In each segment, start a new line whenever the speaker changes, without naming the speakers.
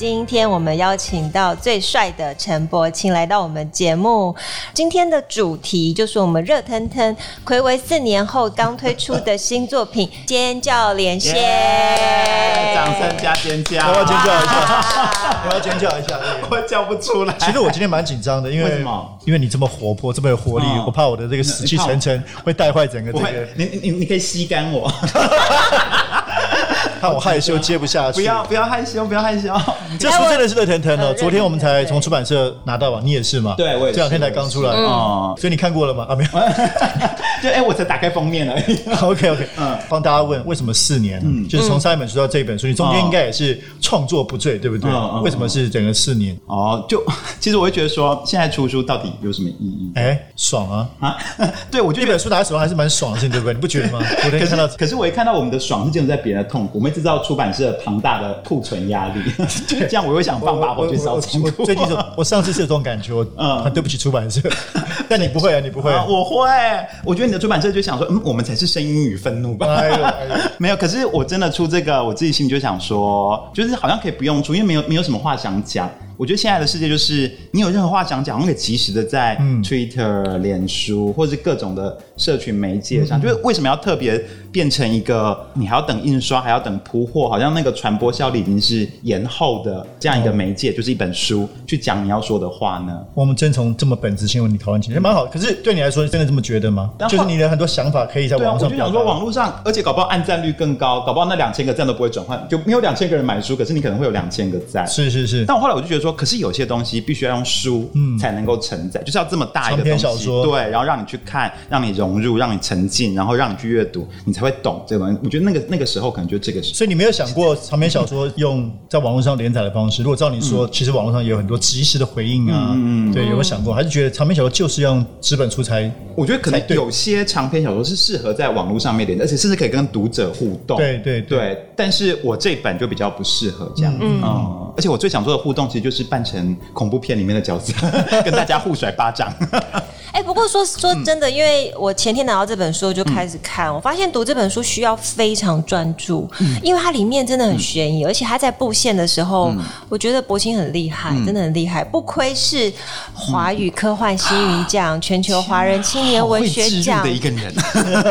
今天我们邀请到最帅的陈柏青来到我们节目。今天的主题就是我们热腾腾、暌违四年后刚推出的新作品《尖叫连线》。
掌声加尖叫！
我要尖叫一下， 我要尖叫一下。
我叫不出来。
其实我今天蛮紧张的，因
为
为
什么
因为你这么活泼，这么有活力
嗯，
我怕我的这个死气沉沉会带坏整个这
不
个
会，，你你你可以吸干我，
怕我害羞接不下去。
不要不要害羞，不要害羞。
这书真的是热腾腾
哎我
哦！昨天我们才
对
从出版社拿到吧？你也是吗？
对我也是
这两天才刚出来
嗯
哦。所以你看过了吗？啊，没有。
就哎、我才打开封面而已。
OK OK，
嗯
帮大家问为什么四年？就是从上一本书到这一本书，你
哦
中间应该也是创作不醉，对不对
嗯嗯嗯？
为什么是整个四年？
哦，就其实我会觉得说，现在出书到底有什么意义
哎，爽啊！
啊？对，我
这
就觉得。
本书拿在手上还是蛮爽的事情，对不对？你不觉 得吗？昨天
可是
看到，
可是我一看到我们的爽是建筑在别人的痛苦，我们一直知道出版社庞大的库存压 力，这样我又想放把火去烧仓
我
库。
最近是，我上次是有这种感觉，我
嗯
很对不起出版社，但你不会啊，你不会啊。
啊我会，我觉得你的出版社就想说，嗯，我们才是声音与愤怒吧。
哎呦哎呦，
没有，可是我真的出这个，我自己心里就想说，就是好像可以不用出，因为没有没有什么话想讲。我觉得现在的世界就是，你有任何话想讲，好像可以及时的在
嗯
Twitter、脸书或是各种的社群媒介
嗯
上。就是为什么要特别变成一个你还要等印刷，还要等铺货，好像那个传播效率已经是延后的这样一个媒介，就是一本书去讲你要说的话呢？
我们真从这么本质性问题讨论起，也蛮好。可是对你来说，真的这么觉得吗？
但
就是
话
你的很多想法可以在
对啊，
网
我
上
就
表
想
达
说网络上，而且搞不好按赞率更高，搞不好那两千个赞都不会转换，就没有两千个人买书，可是你可能会有两千个赞。
是是是，
但我后来我就觉得说，可是有些东西必须要用书才能够承载，就是要这么大一个
嗯长
东
篇
西，
小说
对，然后让你去看，让你融入，让你沉浸，然后让你去阅读，你才会懂这个东西。我觉得那个那个时候可能就这个时
所以你没有想过长篇小说用在网络上连载的方式？如果照你说，
嗯
其实网络上也有很多及时的回应啊，对，有没有想过？还是觉得长篇小说就是要用纸本出差？
我觉得可能
才对
有些长篇小说是适合在网络上面连的，而且甚至可以跟读者互动。
对对对
对，但是我这本就比较不适合这样。嗯，而且我最想做的互动其实就是扮成恐怖片里面的角色， 跟大家互甩巴掌。
哎、不过说说
嗯
真的，因为我前天拿到这本书就开始看，我发现读这本书需要非常专注，
嗯
因为它里面真的很悬疑，而且他在布线的时候，我觉得博清很厉
嗯
害，真的很厉害，不愧是华语科幻新语奖、全球华人青年文学
啊好
奖
会，置入的一个人，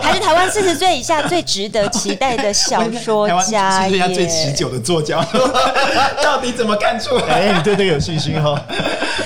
还是台湾四十岁以下最值得期待的 小说
台湾
家
是
耶
世界！上最持久的作家， 到底怎么看出来？
哎、你对这个有信心哈、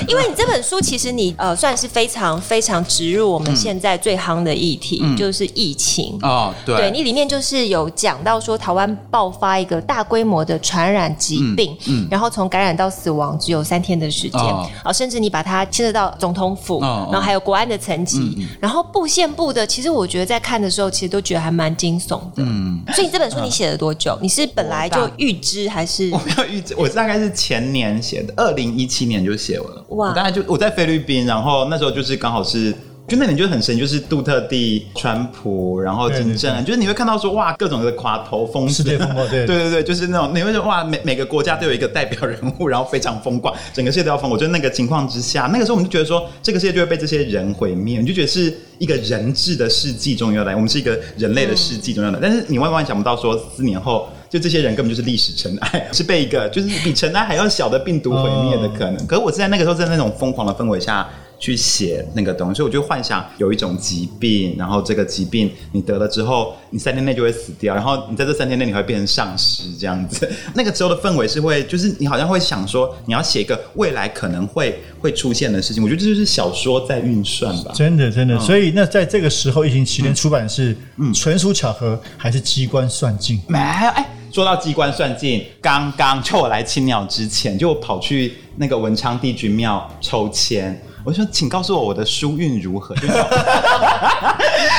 因为你这本书其实你呃算是非常非常植入我们现在最夯的议题，就是疫情。
嗯哦，
对你里面就是有讲到说，台湾爆发一个大规模的传染疾病，
嗯
然后从感染到死亡只有三天的时间，
哦
啊、甚至你把它牵涉到总统府，
哦哦嗯
然后还有国安的层级，然后布线部的，其实我觉得在看的时候，其实都觉得还蛮惊悚的。
嗯
所以你这本书你写了多久？你是本来就预知还是
我？没有预知，我大概是前年写的，二零一七年就写完了。
哇
哇！我大概就我在菲律宾，然后那时候就是刚好是。就那年就很神奇，就是杜特地、川普，然后金正恩，就是你会看到说哇，各种的垮头疯子，
世界风暴对
对对对，就是那种你会说哇，每每个国家都有一个代表人物，然后非常风光， 整个世界都要疯。我觉得那个情况之下，那个时候我们就觉得说，这个世界就会被这些人毁灭，你就觉得是一个人质的世纪终于要来，我们是一个人类的世纪终于要来。但是你万万想不到说，四年后。就这些人根本就是历史尘埃，是被一个就是比尘埃还要小的病毒毁灭的可能。可是我是在那个时候在那种疯狂的氛围下去写那个东西，所以我就幻想有一种疾病，然后这个疾病你得了之后，你三天内就会死掉，然后你在这三天内你会变成丧尸这样子。 那个时候的氛围是会，就是你好像会想说你要写一个未来可能会会出现的事情。我觉得这就是小说在运算吧。
真的
嗯
真的。所以那在这个时候，疫情期间，出版是纯属巧合，还是机关算尽？
没有哎，说到机关算尽，刚刚就我来青鸟之前，就我跑去那个文昌帝君庙抽签。我就说请告诉我我的书运如何。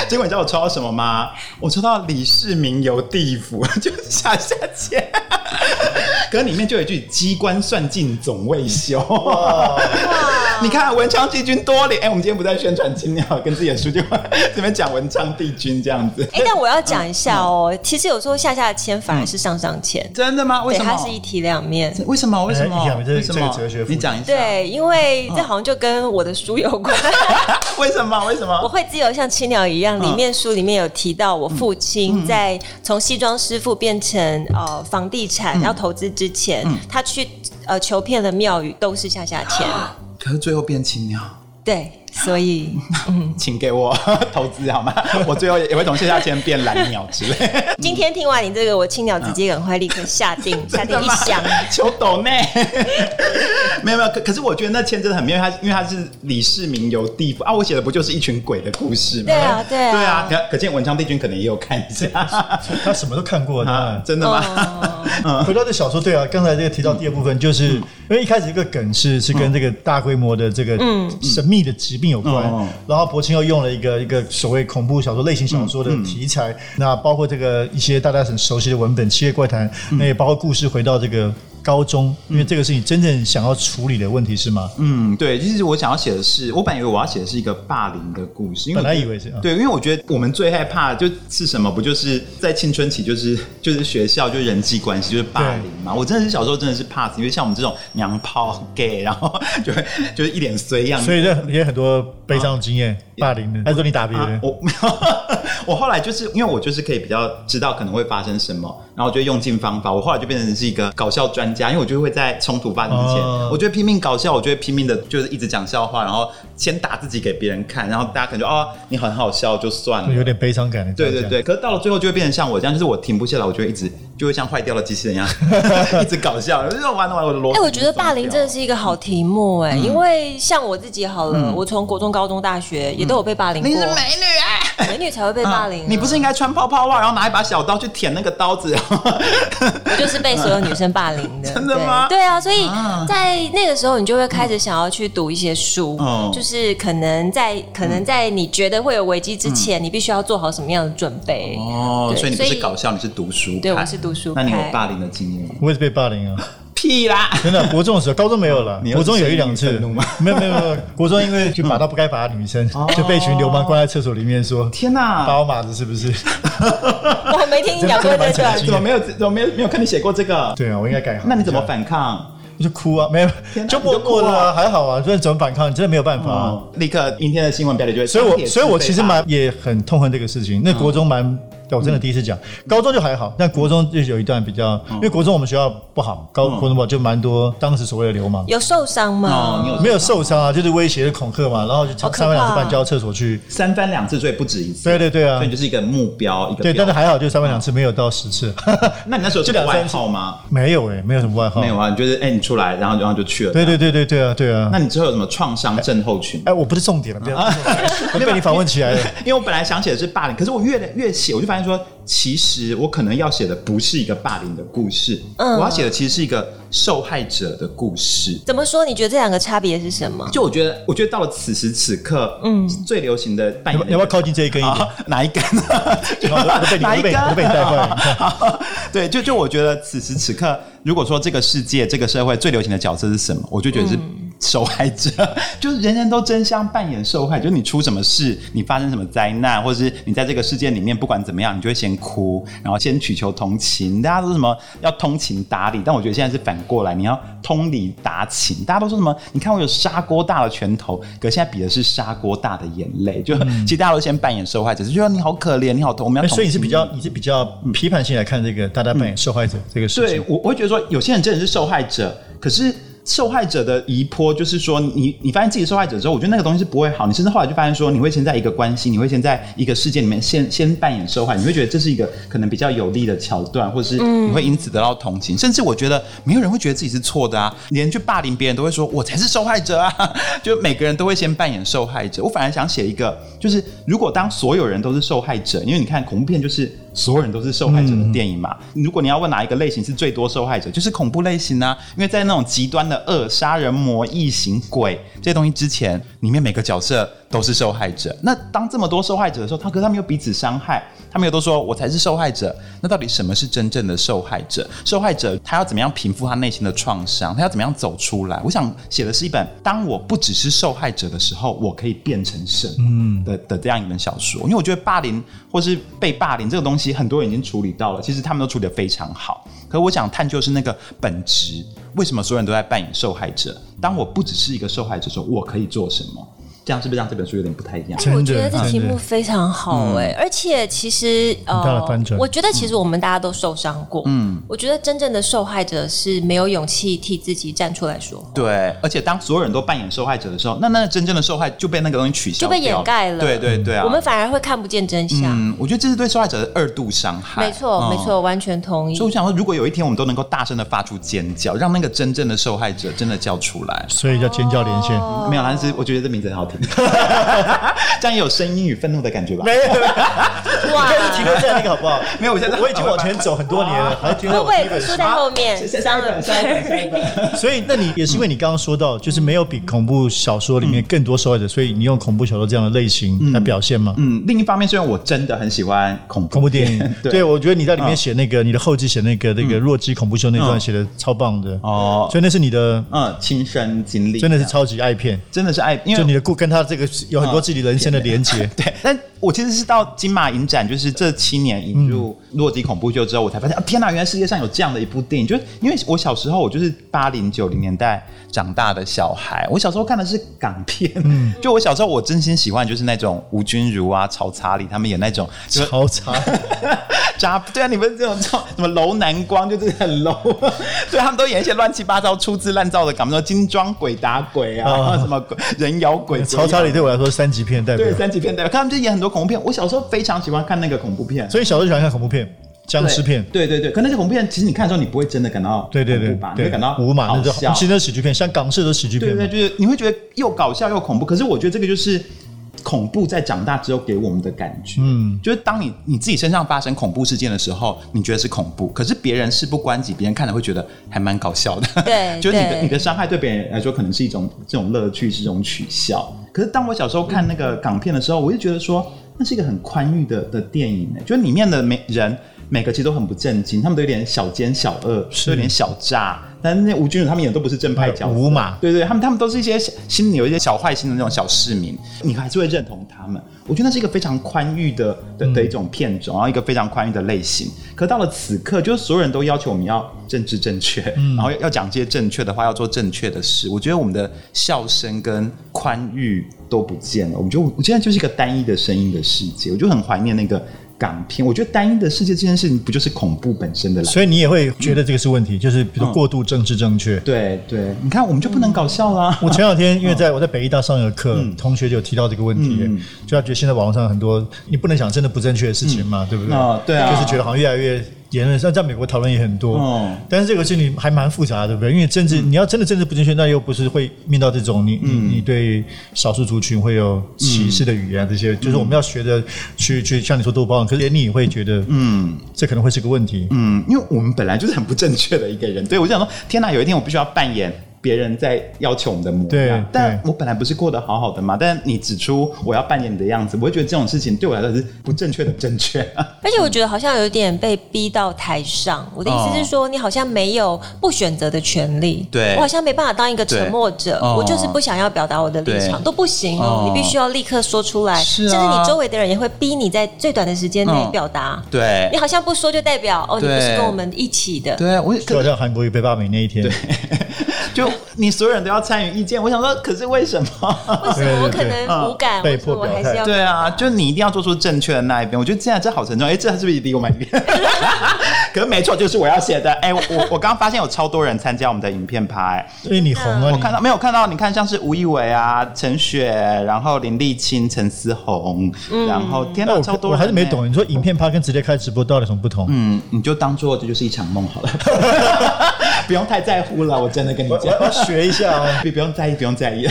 结果你知道我抽到什么吗？我抽到李世民游地府， 就想下钱。可是里面就有一句“机关算尽总未休”，你看文昌帝君多灵。哎、我们今天不在宣传金鸟跟自己的书，就这边讲文昌帝君这样子。
哎、但我要讲一下
嗯
哦，其实有时候下下签反而是上上签，
真的吗？嗯为
对，
什么
它？是一体两面。
为什么？为什么
哎？这
为什么
这个哲学？复杂
你讲一下。
对，因为
嗯
这好像就跟我的书有关。
为什么？为什
我
么？
会自由像青鸟一
嗯
样，里面书里面有提到，我父亲在从西装师傅变成呃房地
嗯
产要投资之前，他去呃求骗了庙宇，都是下下签。
可是最后变青鸟，
对，所以
请给我 投资 好吗？我最后也也会从线下签变蓝鸟之类。
今天听完你这个，我青鸟直接赶快立
嗯
刻下 定下定一箱。
求抖内， 没有没有，可可是我觉得那签真的很妙，因为它因为它是李世民游地府啊，我写的不就是一群鬼的故事吗？
对啊对啊
对啊，可可见文昌帝君可能也有看 一下
他什么都看过，
嗯啊嗯
他，
真的吗？
回到这小说，对啊，刚才这个提到第二部分，就是
嗯
因为一开始这个梗是是跟这个大规模的这个神秘的疾病有关
嗯嗯，
然后柏青又用了一个一个所谓恐怖小说类型小说的
嗯
题材，那包括这个一些大家很熟悉的文本《七夜怪谈》，
嗯
那也包括故事回到这个高中，因为这个是你真正想要处理的问题是吗？
嗯，对，其实我想要写的是，我本来以为我要写的是一个霸凌的故事，因为我
本来
觉得
以为是啊
对，因为我觉得我们最害怕的就是什么，不就是在青春期，就是 就是学校，就是人际关系，就是霸凌嘛。我真的是小时候真的是怕死，因为像我们这种娘炮 gay，然 后就会就是一脸衰样，
所以这也很多悲伤的经验，霸凌的，还是说你打别
啊
人、？
我我后来就是因为我就是可以比较知道可能会发生什么，然后我就用尽方法。我后来就变成是一个搞笑专家，因为我就会在冲突发生之前，
哦
我就会拼命搞笑，我就会拼命的就是一直讲笑话，然后先打自己给别人看，然后大家可能就哦你很好笑就算了，
有点悲伤感的，
啊对
这
对
样
对，可是到了最后就会变成像我这样，就是我停不下来，我就会一直就会像坏掉的机器 人一样，一直搞笑，然后就玩着玩着我的逻辑。
哎、我觉得霸凌真的是一个好题目哎、因为像我自己好了，
嗯
我从国中、高中、大学也都有被霸凌过。
你是美女啊！
美女才会被霸凌啊、
你不是应该穿泡泡袜，然后拿一把小刀去舔那个刀子？
就是被所有女生霸凌 的，
真的吗
对对啊，所以在那个时候，你就会开始想要去读一些书，
嗯
就是可能在可能在你觉得会有危机之前，你必须要做好什么样的准备。
哦，
对
所以你不
所
是
以
搞笑，你是读书派。
对我是读书
那你有
派
霸凌的经验吗？
我也是被霸凌啊。
屁啦！
真 的，国中的时候，高中没有了
你，又
国
是
中有一两
生
次
理愤怒吗，哦
没有没有没有，国中因为去把到不该把的女生，就被一群流氓关在厕所里面说
天哪、
打我马子是不是？
哦 我还没听你讲过
真
这
的蛮
段
震，惊
怎么没有？怎么没有？没有看你写过这个？
对啊，我应该改行。
那你怎么？反抗？
我就哭啊，没有，
天哪
就默默的啊，还好啊，就是怎么反抗，真的没有办法啊。
哦，立刻明天的新闻标题就会。
所以
钢铁
我
之
所以我
被嗯
其实
霸
蛮也很痛恨这个事情。那国中蛮，我
嗯
真的第一次讲，高中就还好，但国中就有一段比较，因为国中我们学校不好，高
嗯
国中不好就蛮多当时所谓的流氓。
有受伤
哦
吗
你？有
没有受伤啊，就是威胁恐吓嘛，然后就
好可怕啊
三番两次把你叫到厕所去。
三番两次，所以不止一次。
对对对啊
所以你就是一个目标，一个
对，
标
但是还好，就三番两次没有到十次，
那你那时候
就是两
外
三次
号吗？
没有哎、没有什么外号。
没有啊，你就是哎、你出来，然后然后就去了。
对对
对。
对对对啊对啊
那。你啊之后有什么创伤症候群？
哎，我不是重点了，不要我被你访问起 来了。
因为我本来想写的是霸凌，可是我越越写，我就发现说，其实我可能要写的不是一个霸凌的故事，
嗯
我要写的其实是一个受害者的故事。
怎么说？你觉得这两个差别是什么？
就我觉得，我觉得到了此时此刻，嗯，最流行的扮
要
演
不要不要靠近这一根一点？
啊 哪一根？
我都被你
哪一根？
我都被你带坏了你
好 对，就就我觉得此时此刻，如果说这个世界、这个社会最流行的角色是什么，我就觉得是受害者， 就是人人都争相扮演受害，就是你出什么事，你发生什么灾难，或者是你在这个事件里面不管怎么样，你就会先哭，然后先祈求同情，大家都说什么要通情达理，但我觉得现在是反过来，你要通理达情，大家都说什么？你看我有砂锅大的拳头，可现在比的是砂锅大的眼泪，就、其实大家都先扮演受害者，就觉得你好可怜，你好痛，我们
嗯哎
要同
所
情你、
以你是比较你是比较批判性来看这个大家扮演受害者这个事
对
情。
我，我会觉得说，有些人真的是受害者，可是受害者的遗波就是说你，你发现自己受害者之后，我觉得那个东西是不会好。你甚至后来就发现说，你会先在一个关系，你会先在一个事件里面先先扮演受害，你会觉得这是一个可能比较有利的桥段，或是
嗯
你会因此得到同情。甚至我觉得没有人会觉得自己是错的啊，连去霸凌别人都会说我才是受害者啊， 就每个人都会先扮演受害者。我反而想写一个，就是如果当所有人都是受害者，因为你看恐怖片就是。所有人都是受害者的电影嘛。如果你要问哪一个类型是最多受害者，就是恐怖类型啊，因为在那种极端的恶、杀人魔、异形、鬼这些东西之前，里面每个角色都是受害者。那当这么多受害者的时候，他可是他们又彼此伤害，他们又都说我才是受害者。那到底什么是真正的受害者？受害者他要怎么样平复他内心的创伤？他要怎么样走出来？我想写的是一本当我不只是受害者的时候，我可以变成什么？嗯的的这样一本小说。因为我觉得霸凌或是被霸凌这个东西，很多人已经处理
嗯
到了，其实他们都处理得非常好。可我想探究是那个本质，为什么所有人都在扮演受害者？当我不只是一个受害者的时候，我可以做什么？这样是不是让这本书有点不太一样？
真的
我觉得这题
真
目
的嗯
非常好哎、而且其实
很大的翻转
我觉得其实我们大家都受伤过，嗯，我觉得真正的受害者是没有勇气替自己站出来说话，
对，而且当所有人都扮演受害者的时候，那那真正的受害就被那个东西取消
就被
掉
掩盖了
对对对啊，
我们反而会看不见真相。
嗯，我觉得这是对受害者的二度伤害。
没错，
嗯
没。错，完全同意
所以。我想说，如果有一天我们都能够大声的发出尖叫，让那个真正的受害者真的叫出来，
所以叫尖叫连线。
没有啦，但是我觉得这名字很好听， 这样也有声音与愤怒的感觉吧？
没有，
哇，
停留在那个好不好？
没有我现在
我已经往前走很多年了，还停留在
不
我第
会
一本
书
书。
在后面，
下一本，下一本，下一本。
所以，那你也是因为你刚刚说到，就是没有比恐怖小说里面
嗯
更多受害者，所以你用恐怖小说这样的类型来表现嘛？
嗯，另一方面，虽然我真的很喜欢恐
恐
怖
怖电影，
对啊嗯
对我觉得你在里面写那个你的后记写那个那个弱鸡恐怖秀那段写的超棒的，
哦，
所以那是你的
嗯，亲身经历
真的是超级爱片，
真的是爱，因
就
为啊
你的故跟他这个有很多自己人生的连 结。
对，但我其实是到金马影展，就是这七年引入《落地恐怖秀》之后，我才发现啊，天哪，原来世界上有这样的一部电影。就是因为我小时候，我就是八零九零年代长大的小孩，我小时候看的是港片， 就我小时候我真心喜欢就是那种吴君如啊、曹查理他们演那种就是
超差，
渣，对啊，你们这种这种什么楼南光 就是很 low，对他们都演一些乱七八糟、粗制滥造的港片，什么精装鬼打鬼啊，
啊
什么鬼人咬鬼、鬼
曹查理
咬
对我来说是三级片代表
对，三级片代表，看他们就演很多恐怖片。我小时候非常喜欢看那个恐怖片，
所以小时候喜欢看恐怖片、僵尸片，
对对对。可那些恐怖片，其实你看的时候，你不会真的感到
对对
恐
对
怖吧，你
对
会感到
无码那
好
种，
笑，
其实那是喜剧片，像港式都是喜剧
对
片嘛
对，对，就是你会觉得又搞笑又恐怖。可是我觉得这个就是恐怖在长大之后给我们的感觉，嗯，就是当你你自己身上发生恐怖事件的时候，你觉得是恐怖，可是别人事不关己，别人看了会觉得还蛮搞笑的，
对
就是你的
对
你的伤害对别人来说可能是一种这种乐趣，是一种取笑。可是当我小时候看那个港片的时候，我就觉得说那是一个很宽裕的的电影、欸，就是里面的每人。每个其实都很不正经，他们都有点小奸小恶，都有点小诈。但是那吴君如他们演的都不是正派角色，
无码
啊对对，他们他们都是一些小心里有一些小坏心的那种小市民，你还是会认同他们。我觉得那是一个非常宽裕的的
嗯
的一种片种，然后一个非常宽裕的类型。可到了此刻，就是所有人都要求我们要政治正确，
嗯
然后要要讲这些正确的话，要做正确的事。我觉得我们的笑声跟宽裕都不见了，我们就我现在就是一个单一的声音的世界，我就很怀念那个。港片，我觉得单一的世界这件事情不就是恐怖本身的来源吗
所以你也会觉得这个是问题，就是比
嗯
如说过度政治正确。
对对，你看我们就不能搞笑啦。
我前两
嗯
天因为在我在北医大上的课，同学就有提到这个问题，
嗯
就他觉得现在网络上很多你不能讲真的不正确的事情嘛，对不对？
啊对啊
就是觉得好像越来越言论，像在美国讨论也很多，
嗯
但是这个事情还蛮复杂的，对不对？因为政治你要真的政治不正确，那又不是会面到这种你
嗯
你你对少数族群会有歧视的语言啊这
嗯
些，就是我们要学着去去像你说多包容，可是连你也会觉得，嗯，这可能会是个问题，
嗯，因为我们本来就是很不正确的一个人，对我就想说，天哪，有一天我必须要扮演别人在要求我们的模
对
样，但
对
我本来不是过得好好的嘛，但你指出我要扮演你的样子，我会觉得这种事情对我来说是不正确的正确。啊
而且我觉得好像有点被逼到台上。我的
哦
意思是说，你好像没有不选择的权利。
对
我好像没办法当一个沉默者，
对哦
我就是不想要表达我的立场
对
都不行哦
哦。
你必须要立刻说出来，
是啊
甚至你周围的人也会逼你在最短的时间内
嗯
表达。
对
你好像不说就代表哦，你不是
对
跟我们一起的。
对，我
就好像韩国瑜被罢免那一天，
就你所有人都要参与意见，我想说，可是为什么？
为什么我可
对啊对
能无感？
对
为什么我还是要？
对啊，就你一定要做出正确的那一边。我觉得这样这好沉重，哎、这是不是离我们远？ 可是没错，就是我要写的。哎、我我我刚发现有超多人参加我们的影片拍、
因为你红啊，
我
你
看到没有看到？你看像是吴亦伟啊、陈雪，然后林立清、陈思宏，然后天
那
哪，
哦我
超多
我
人
还是没
呢。
懂，你说
嗯
影片趴跟直接开直播到底有什么不同？
嗯，你就当做这就是一场梦好了，不用太在乎了，我真的跟你
我我
讲
我。要学一下 啊！
不不用在意，不用在意，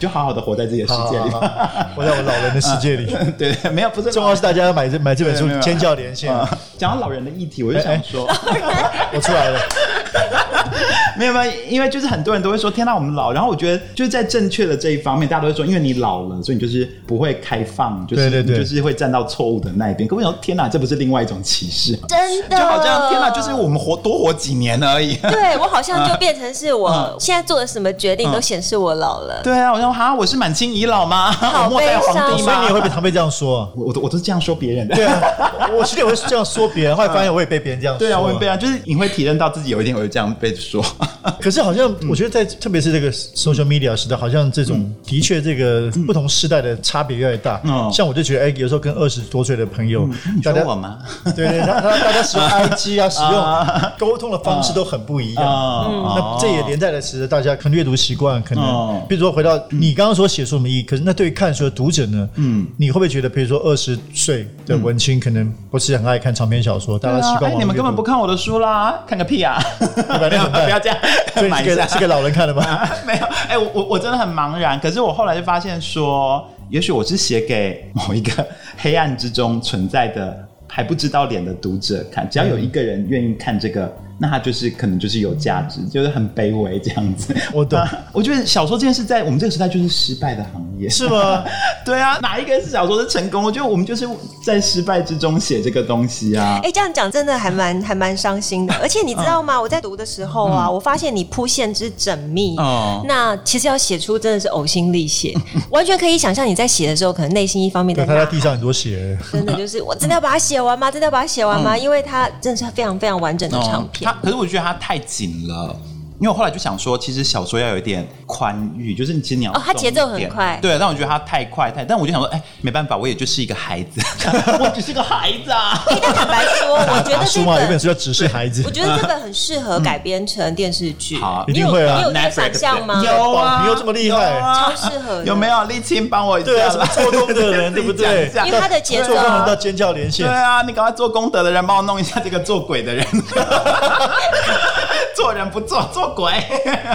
就好好的活在自己的世
好
界里。
好好 我在我老人的世界里，
对，没有，不是
重要是大家要买这买这本书
啊没有没有
《尖叫连线》，
啊讲到老人的议题，我就想
哎
说，
我出来了。
没有没有，因为就是很多人都会说，天呐，我们老。然后我觉得就是在正确的这一方面，大家都会说，因为你老了，所以你就是不会开放，就是
对对对
你就是会站到错误的那一边。可我想说，天呐，这不是另外一种歧视 吗？
真的，
就好像天呐，就是我们活多活几年而已。
对我好像就变成是我
嗯
现在做的什么决定
嗯
都显示我老了。
对啊，我说哈，我是满清遗老吗？
好
我末代
悲
皇帝
伤
所以
吗
你也？会被常被这样说啊？
我我都我都是这样说别人的。
对啊，我其实也会这样说别人，后来发现我也被别人这样说。
对啊，我也被啊，就是你会体认到自己有一天我会这样被说。
可是好像
嗯
我觉得在特别是这个 social media 时代，好像这种的确这个不同时代的差别越来越大。
嗯
像我就觉得，哎，有时候跟二十多岁的朋友，
你
大
说
家
我吗？
对对，他他大家 使用 IG 啊，使用沟通的方式都很不一样。
啊
那这也连带的，使得大家可能阅读习惯，可能
哦
比如说回到你刚刚说写书有什么意义，可是那对于看书的读者呢，嗯，你会不会觉得，比如说二十岁的文青可能不是很爱看长篇小说，大家习惯
嗯哎
网
你
络
们
阅
根本不
读，
看我的书啦，看个屁 啊！
那
不
怎
要
么办
不要这样，
所以
买
这
一下
个是给老人看的吧？
啊没有，哎、我我我真的很茫然。可是我后来就发现说，也许我是写给某一个黑暗之中存在的还不知道脸的读者看，只要有一个人愿意看这个，那他就是可能就是有价值，就是很卑微这样子。
我懂
啊我觉得小说这件事在我们这个时代就是失败的行业，
是吗？
对啊，哪一个是小说是成功？我觉得我们就是在失败之中写这个东西啊
哎、。这样讲真的还蛮还蛮伤心
嗯
的。而且你知道吗？我在读的时候啊，我发现你铺线之缜密，
哦
那其实要写出真的是呕心沥 血，完全可以想象你在写的时候，可能内心一方面在
对，
呐
他在
喊
地上很多血。
真的就是我真的要把它写完吗？真的要把它写完
嗯
吗？因为它真的是非常非常完整
哦
的长篇
它。哦可是我觉得它太紧了。因为我后来就想说，其实小说要有一点宽裕，就是你其实你要
哦它节奏很
松一点
快
对。但我觉得它太快太，但我就想说，哎，没办法，我也就是一个孩 子，我只是个孩子啊。
哎但坦白说，我觉得
打
这
啊书嘛，有本
本。
书叫《只是孩子
我》，觉得这本很适合改编成电视剧、
好
你
嗯一
有
定会啊
你有这个
Netflix
想象吗？
有
哦
啊，
你又这么厉害
有啊
超适合的
有没有？沥青帮我一下
对啊，
啦，
什么做工的 人，对不对
自己讲？一
因
下
为他的 节奏
做工人到尖叫连线
对，啊，你赶快做功德的人帮我弄一下这个做鬼的人， 做人不做做鬼。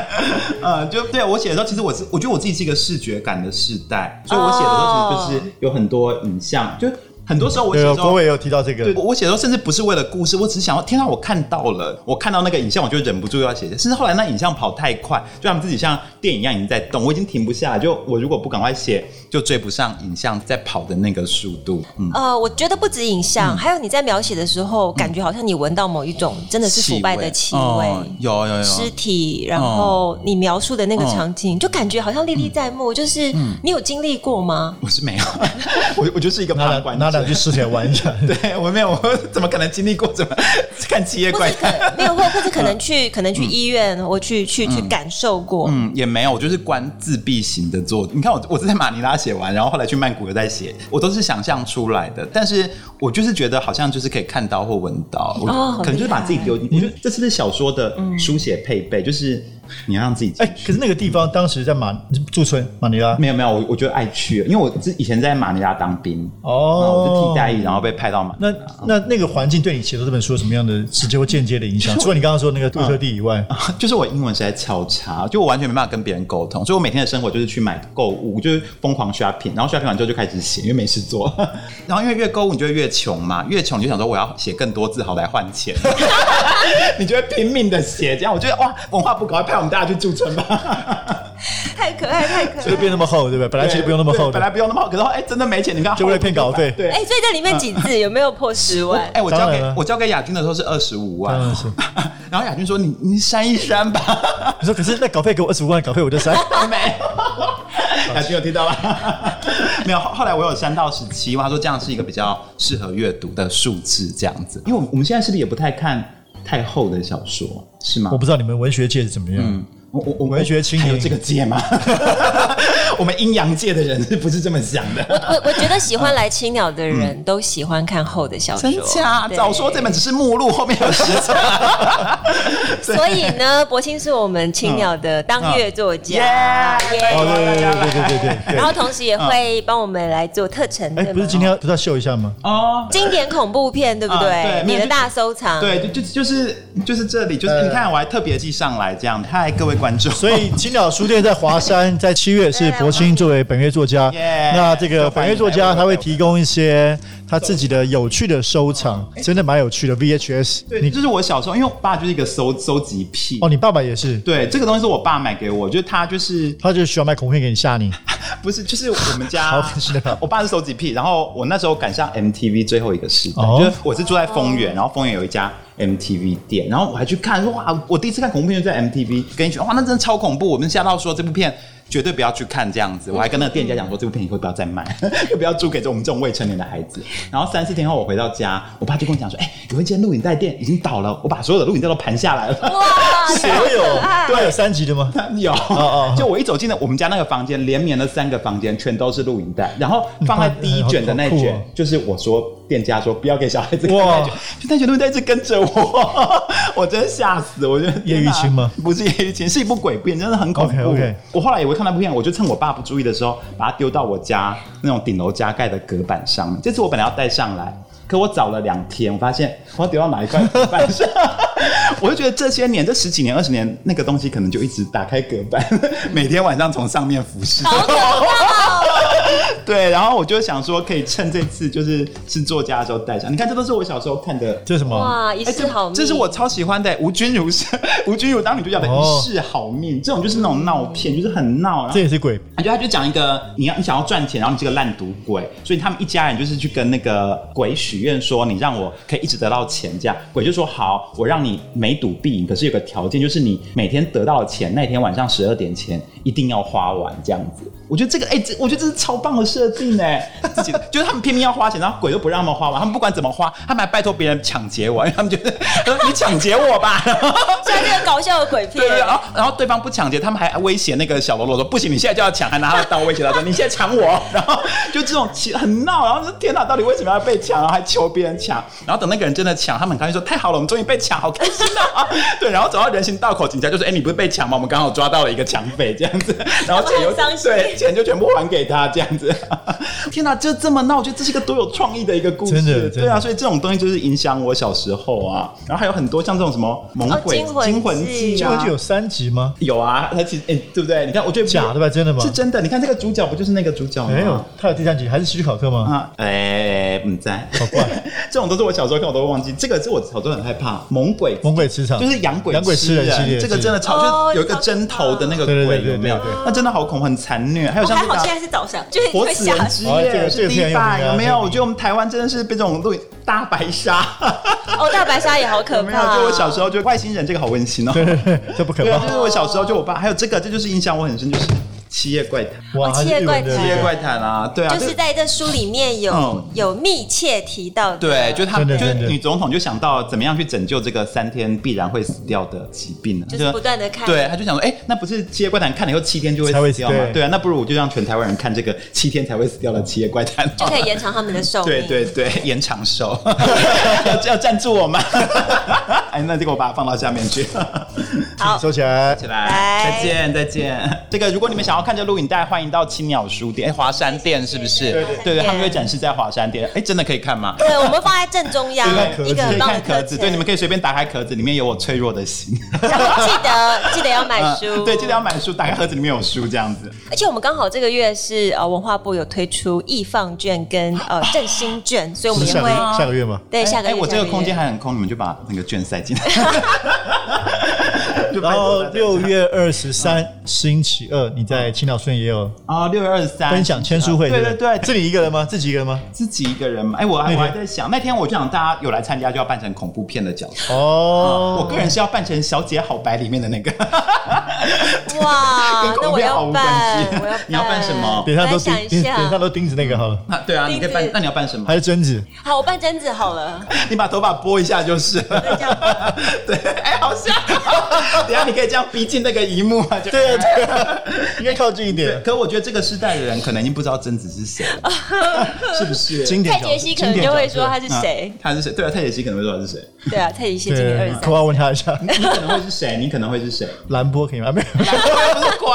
嗯，就对我写的时候，其实我是我觉得我自己是一个视觉感的世代，所以我写的时候其实就是有很多影像，就很多时候我写
对，啊
的时
国
候。
伟也有提到这
对，
个。
我写的时候甚至不是为了故事，我只是想要，天啊，我看到了，我看到那个影像，我就忍不住要写。甚至后来那影像跑太快，就他们自己像电影一样已经在动，我已经停不下来。就我如果不赶快写，就追不上影像在跑的那个速度。嗯，
呃，我觉得不止影像，还有你在描写的时候，感觉好像你闻到某一种真的是腐败的气
哦
味。
有有有
尸体，然后你描述的那个
哦嗯
场景，就感觉好像历历在目。就是你有经历过吗？
我是没有， 我我就是一个
拿
旁
两
观
拿
者
两具。尸体来玩一下，
对，我没有，我怎么可能经历过？怎么 看七夜
或
怪
者
谈？
可没有，或或者可能去可能去医院，或去去去感受过。
嗯，也没有，我就是关自闭型的作。你看我，我是在马尼拉写完，然后后来去曼谷又在写，我都是想象出来的。但是我就是觉得好像就是可以看到或闻到，我、
哦好
可能就是把自己丢
嗯
进。我觉得这是小说的书写配备，
嗯
就是你要让自己进
哎
去。，
可是那个地方当时在马驻村马尼拉，
没有没有，我我觉得爱去了，因为我之以前在马尼拉当兵，
哦
然后我是替代役，然后被派到马尼
那
啊
那那个环境对你写作这本书有什么样的直接或间接的影 响？除了你刚刚说那个杜特地以外，
就是我英文实在超差，就我完全没办法跟别人沟通，所以我每天的生活就是去买购物，就是疯狂 shopping，然后 shopping 完之后就开始写，因为没事做。 然后因为越购物你就会越穷嘛，越穷你就想说我要写更多字好来换钱， 你就会拼命的写。这样我觉得哇，文化部赶快派我们大家去驻村吧，
太可爱，太可
所以
爱。
变那么厚，对不对？本来其实不用那么厚
对本来
的，
不用那么厚，可是哎、真的没钱，你看
就为了骗稿费
对。
哎，所以这里面几字有没有破十
我
万？
哎、我交
当然
给
了
我交给雅君的时候是二十五万
当然是，
然后雅君说你你删一删吧，
你说可是那稿费给我二十五万，稿费我就删。
没有，雅君有听到吗？ 没有。后后来我有删到十七，他说这样是一个比较适合阅读的数字，这样子。因为我们我们现在是不是也不太看太厚的小说，是吗嗯
我？不知道你们文学界是怎么样。
我我我
文学青年
还有这个界吗？ 我们阴阳界的人是不是这么想的？
我我觉得喜欢来青鸟的人都喜欢看厚的小说，
嗯真假？
对
早说这本只是目录，后面有实册。
所以呢，博清是我们青鸟的当月作家，
嗯嗯
耶
哦，对
耶
对对对对对对
然后同时也会
嗯
帮我们来做特陈，
哎
对，吗
不是今天要不是要秀一下吗？
哦，
经典恐怖片，对不对
啊对？
你的大收藏，
对，就就就是就是这里，就是
呃
你看，我还特别记上来，这样。嗨，各位观众，哦
所以青鸟书店在华山，在七月是博清作为本月作 家。
耶
那这个本月作家
就欢迎来
他会提供一些他自己的有趣的收藏，真的蛮有趣的 VHS。
对，
你
就是我小时候，因为我爸就是一个搜搜集癖。
哦，你爸爸也是，
对，这个东西是我爸买给我，就是他就是
他就喜欢买恐怖片给你吓你。
不是就是我
好
们家
可惜了，
我爸是收集癖，然后我那时候赶上 MTV 最后一个时代，
哦
就是我是住在丰原，然后丰原有一家 MTV 店，然后我还去看，说哇，我第一次看恐怖片就在 MTV，跟一群哇，那真的超恐怖，我们吓到说这部片。绝对不要去看这样子，我
嗯
还跟那个店家讲说，这部片以后不要再卖， 就不要租给这我们这种未成年的孩子。然后三四天后我回到家，我爸就跟我讲说，哎、有一间录影带店已经倒了，我把所有的录影带都盘下来了。
哇，
所
啊好
有
可爱
对有三级的吗？
有，
哦
就我一走进了我们家那个房间，连绵了三个房间，全都是录影带，然后放在第一卷的那一
你爸
卷，
好酷哦
就是我说店家说不要给小孩子看
哇
那一卷，就那卷录影带一直跟着我，我真的吓死，我觉得
叶玉卿吗？
天哪不是叶玉卿，是一部鬼片，真的很恐怖。
OK，OK
我后来也会看那部片，我就趁我爸不注意的时候，把它丢到我家那种顶楼加盖的隔板上面。这次我本来要带上来。可我找了两天，我发现我要丢到哪一块 隔板上，我就觉得这些年这十几年、二十年，那个东西可能就一直打开隔板，每天晚上从上面俯视。
好可怕哦！
对，然后我就想说，可以趁这次就是是作家的时候带上。你看，这都是我小时候看的
这是什么？
哇，一
哎，
世啊好命，
这是我超喜欢的吴君如是 吴君如当女主角的
哦
一世好命，这种就是那种闹片，就是很闹，然后
这。也是鬼
感觉他就讲一个，你要你想要赚钱，然后你这个烂赌鬼，所以他们一家人就是去跟那个鬼许愿说，你让我可以一直得到钱，这样鬼就说好，我让你每赌必赢，可是有个条件，就是你每天得到的钱，那天晚上十二点前一定要花完，这样子。我觉得这个，哎、这我觉得这是超棒的设定哎，自己就是他们偏偏要花钱，然后鬼都不让他们花完，他们不管怎么花，他们还拜托别人抢劫我，因为他们觉得呃你抢劫我吧，
像这个搞笑的鬼片，
对对，对啊然后然后对方不抢劫，他们还威胁那个小喽啰说：“不行，你现在就要抢！”还拿他的刀威胁他说：“你现在抢我！” 然后就这种其很闹，然后说：“天哪，到底为什么要被抢？”然后还求别人抢，然后等那个人真的抢，他们很开心说：“太好了，我们终于被抢，好开心啊！” 对，然后走到人行道口，警察就说：“哎，你不是被抢吗？我们刚好抓到了一个抢匪，这样子。”然后钱又
他们很伤心
对钱就全部还给他，这样子。 天哪，就这么闹，我觉得这是一个多有创意的一个故事，
真的真的
对啊，所以这种东西就是影响我小时候啊。然后还有很多像这种什么猛
哦
鬼、
惊魂记
记啊
这个就有三级吗？
有啊，他其实哎、对不对？你看，我觉得
假的吧真的吗
是真的。你看这个主角不就是那个主角吗？
没有，他有第三集，还是希区考克吗？
啊，哎、不在。
好怪，
这种都是我小时候看，我都会忘记。这个是我小时候很害怕，猛鬼，
猛鬼磁场
就是养鬼
养鬼吃人系列
这个真的超，
哦
就是有一个针头的那个
对对对
鬼，
对
有没有
对对？
那真的好恐怖，很残虐。还有
我
像
哦还
那个
好
啊
现在是早上，就是
活
会
死
吓
人
死。
之
哦这
夜
个这
是
个
第
片有
一
名啊
霸，有没
这
有？
个
我觉得我们台湾真的是被这种录大白鲨，
哦，大白鲨也好可
有没有？
怕。
就我小时候，就外星人这个好温馨哦。
这不 可
对啊，就
怕。
是我小时候就我爸，还有这个，这就是印象我很深，就是《七夜怪谈》。
哇，
哦
还是
七夜
日
怪
文的
谈
《七
这
夜
个
怪谈》啊，对啊，
就是在这书里面有
嗯
有密切提到的，
对，就是他，
真的
就是
真的
女总统就想到怎么样去拯救这个三天必然会死掉的疾病呢？
就是不断地看
对，他就想说，哎、那不是《七夜怪谈》看了以后七天就
才
会
会
死掉吗？
对
对啊，那不如我就让全台湾人看这个七天才会死掉的《七夜怪谈》
就 可以延长他们的寿命。
对对对，延 长寿，要要赞助我吗？ 哎，那这个我把它放到下面去。
好，
收起来
起。
拜
来，再见，再见。这个，如果你们想要看这录影带，欢迎到青鸟书店，哎、华山店是不是？
对对
对
对
对，他们会展示在华山店。哎、真的可以看吗？
对，我们放在正中央
对壳子
一个
可
很
以
棒的
看壳
子，
子，对，你们可以随便打开壳子，里面有我脆弱的心。
然后记得记得要买书，
嗯对，记得要买书，打开盒子里面有书这样子。
而且我们刚好这个月是呃文化部有推出易放券跟呃振兴券，所以我
是
们也会
下个月下个月吗？
对下个
哎
月
我这个
下
空间
月
还很空，你们就把那个券塞 进来。就拜托
然后
大家
六月二十三星期二，你在青岛顺也有
啊，六月二十三
分享签书会，
啊对
对
对
不
对，
自己一个人吗？自己一个人吗？
自己一个人嘛。哎，我还
那天
我还在想，那天我就想大家有来参加就要扮成恐怖片的角色。
哦，
啊我个人是要扮成《小姐好白》里面的那个，
哇
跟，
那
恐怖
我
片毫
要
无
办
关系，
我要
你要扮什么
脸上
我
都
来想
钉，
一
脸脸上
下，
都钉子那个好了，
啊对啊，你可以扮
钉子，
那你要扮什么
还？是贞子？
好，我扮贞子好了，
你把头发拨一下就是。
这样
对，哎，好像等一下你可以这样逼近那个一幕啊，就
对啊，对啊，应该靠近一点。
可我觉得这个世代的人可能已经不知道贞子是谁 了，是不是？
经典
蔡
角
杰西可能就会说他是谁
啊，他是谁？对啊，太姐希可能会说他是谁？
对啊，蔡杰西今年二
对
十，
我
三，
要问他一 下，
你你可能会是谁？你可能会是 谁？
兰波可以吗？没有。
不是鬼。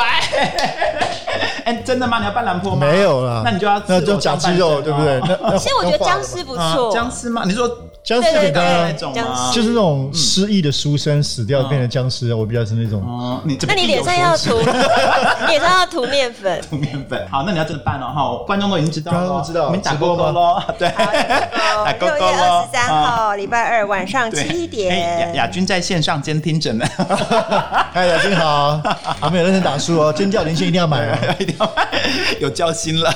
哎、真的吗？你要扮兰坡吗？
没有啦，
那你就要
那
赤
就
裸
假
上半
肌肉，
身
对不对？
哦
那那
其实我觉得
那画
僵
了
尸不
啊
错，
僵尸吗？你说
僵
对
尸
对
很
那
对
刚
种，
僵
吗
尸
就是那种失忆的书生死掉变成僵尸，我比较是那
嗯
种。
哦，你这
那
边
你脸上要 涂， 你脸上要涂面粉。
涂面粉。好，那你要真的办了哈，观众都已经知道
观众
了，
都知道
我们打
直播
勾勾
吗
喽，对， 打勾
六
勾
月二
喽
十。三
啊
号，礼拜二晚上
对
七
哎
点
亚。亚军在线上监听着呢，
嗨，雅君好，还没有认真打书哦，尖叫连线一定要买 哦。
一定要 有交心了。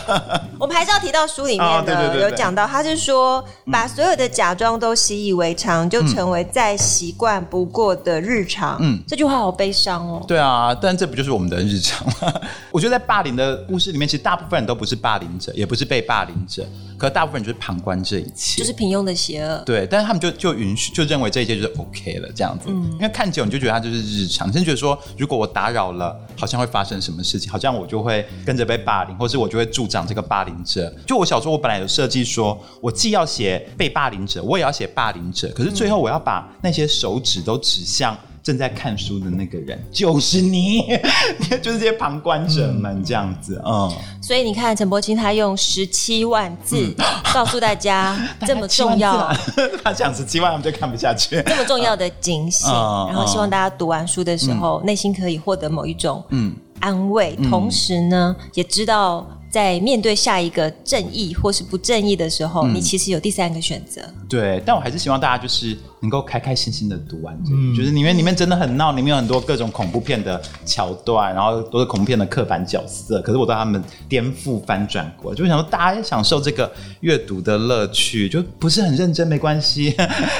我们还是要提到书里
哦
面
对对对
的，
对嗯
有讲到，他是说把所有的假装都习以为常，就成为再习惯不过的日常。嗯
嗯，
这句话好悲伤哦。
对啊，但这不就是我们的日常吗？ 我觉得在霸凌的故事里面，其实大部分人都不是霸凌者，也不是被霸凌者，可大部分人就是旁观这一切，
就是平庸的邪恶。
对，但是他们就就允许，就认为这一切就是 OK 了，这样子。
嗯
因为看久你就觉得它就是日常，甚至觉得说，如果我打扰了，好像会发生什么事情，好像我就会跟着被霸凌，或是我就会助长这个霸凌者。就我小时候，我本来有设计说，我既要写被霸凌者，我也要写霸凌者，可是最后
嗯
我要把那些手指都指向。正在看书的那个人就是你， 就是这些旁观者们这样子，嗯，
所以你看，陈柏青他用十七万字告诉大 家这么重要、
大嗯概七万字啊 吧，他讲十七万，我们就看不下去。
这么重要的警醒，
嗯
然后希望大家读完书的时候，内心可以获得某一种
嗯
安慰，同时呢，也知道在面对下一个正义或是不正义的时
嗯
候，你其实有第三个选择。
对，但我还是希望大家就是能够开开心心的读完这个，
嗯
就是里面里面真的很闹，里面有很多各种恐怖片的桥段，然后都是恐怖片的刻板角色，可是我对他们颠覆翻转过，就想说大家享受这个阅读的乐趣，就不是很认真没 关系，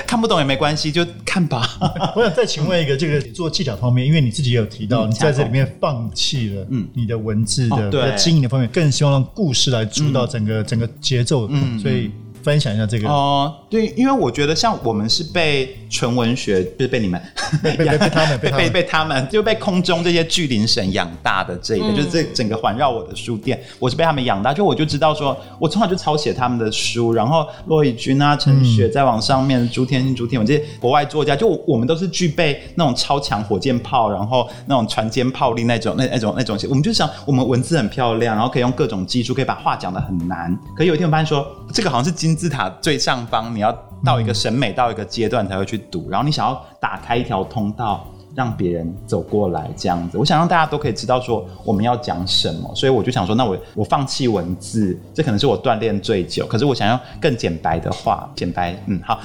看不懂也没关系，就看吧。
我想再请问一个，这个做技巧方面，因为你自己也有提到，
嗯
你在这里面放弃了你的文字
哦
的、
对嗯
的经营的方面，更希望让故事来主导整个、整个节奏。所以分享一下这个，
哦、对，因为我觉得像我们是被纯文学，就是被你们， 被
被被他们
被
被他
被
们
被他们，就被空中这些巨灵神养大的这一类，就是这整个环绕我的书店，我是被他们养大，就我就知道说，我从小就抄写他们的书，然后骆以军啊、陈雪，再往上面朱天心、朱天文这些国外作家，就我我们都是具备那种超强火箭炮，然后那种船坚炮利那种那那种那种，我们就想我们文字很漂亮，然后可以用各种技术，可以把话讲的很难，可有一天我发现说，这个好像是金字塔最上方，你要到一个审美到一个阶段才会去读，然后你想要打开一条通道。让别人走过来这样子。我想让大家都可以知道说我们要讲什么，所以我就想说，那我我放弃文字，这可能是我锻炼最久，可是我想要更简白的话，简白，嗯，好，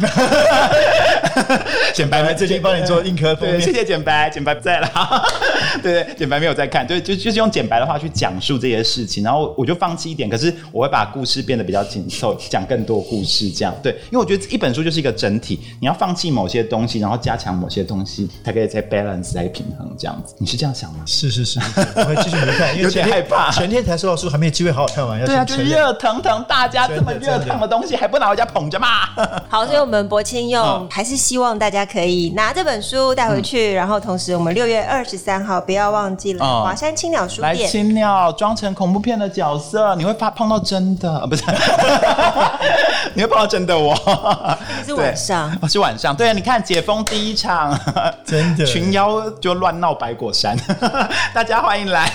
简白
来这边帮你做硬壳封
对，
面
谢。谢简白，简白不在了。 对对，简白没有在看，就就就是用简白的话去讲述这些事情，然后我就放弃一点，可是我会把故事变得比较紧凑，讲更多故事这样。对，因为我觉得一本书就是一个整体，你要放弃某些东西，然后加强某些东西，才可以再 balance 来平衡这样子。你是这样想吗？
是是是，是我会继续留看，因为
有
前
点
天
害怕
前天才收到书，还没有机会好好看完，要
对啊，就
先
是
承认。
热腾腾，大家这么
真的
热腾的东西还不拿回家捧着嘛？
好，所以我们博清用、
嗯
还是希望大家可以拿这本书带回去，然后同时我们六月二十三号不要忘记了、
嗯
华山青鸟书
来
店。
青鸟装成恐怖片的角色，你会发碰到真的， 啊不是？你会碰到真的我？
是晚上
对，哦是晚上。对啊，你看解封第一场，
真的
群妖就乱闹百果山， 大家欢迎来，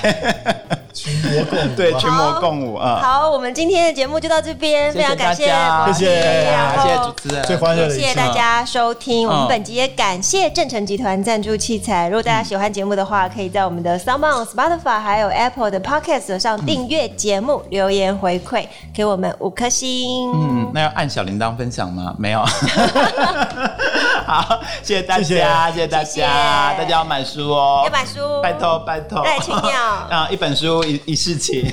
群魔共舞
对，
啊
群魔共舞啊！
好，我们今天的节目就到这边，非常感谢
谢大
博清，
家
谢谢
然后
谢谢主持人，
最欢乐的一
谢
次啊
谢大家收听，我们
嗯
本集也感谢正成集团赞助器材。如果大家喜欢节目的话，可以在我们的 s o u n d o n Spotify 还有 Apple 的 Podcast 上订阅节目，留言回馈给我们五颗星。
嗯，那要按小铃铛分享吗？没 有。好，谢谢大
谢谢
家，谢谢大
谢谢
家，大家要买书哦，
要买书哎
拜托拜 托，
带青鸟
啊，一本书一一事情。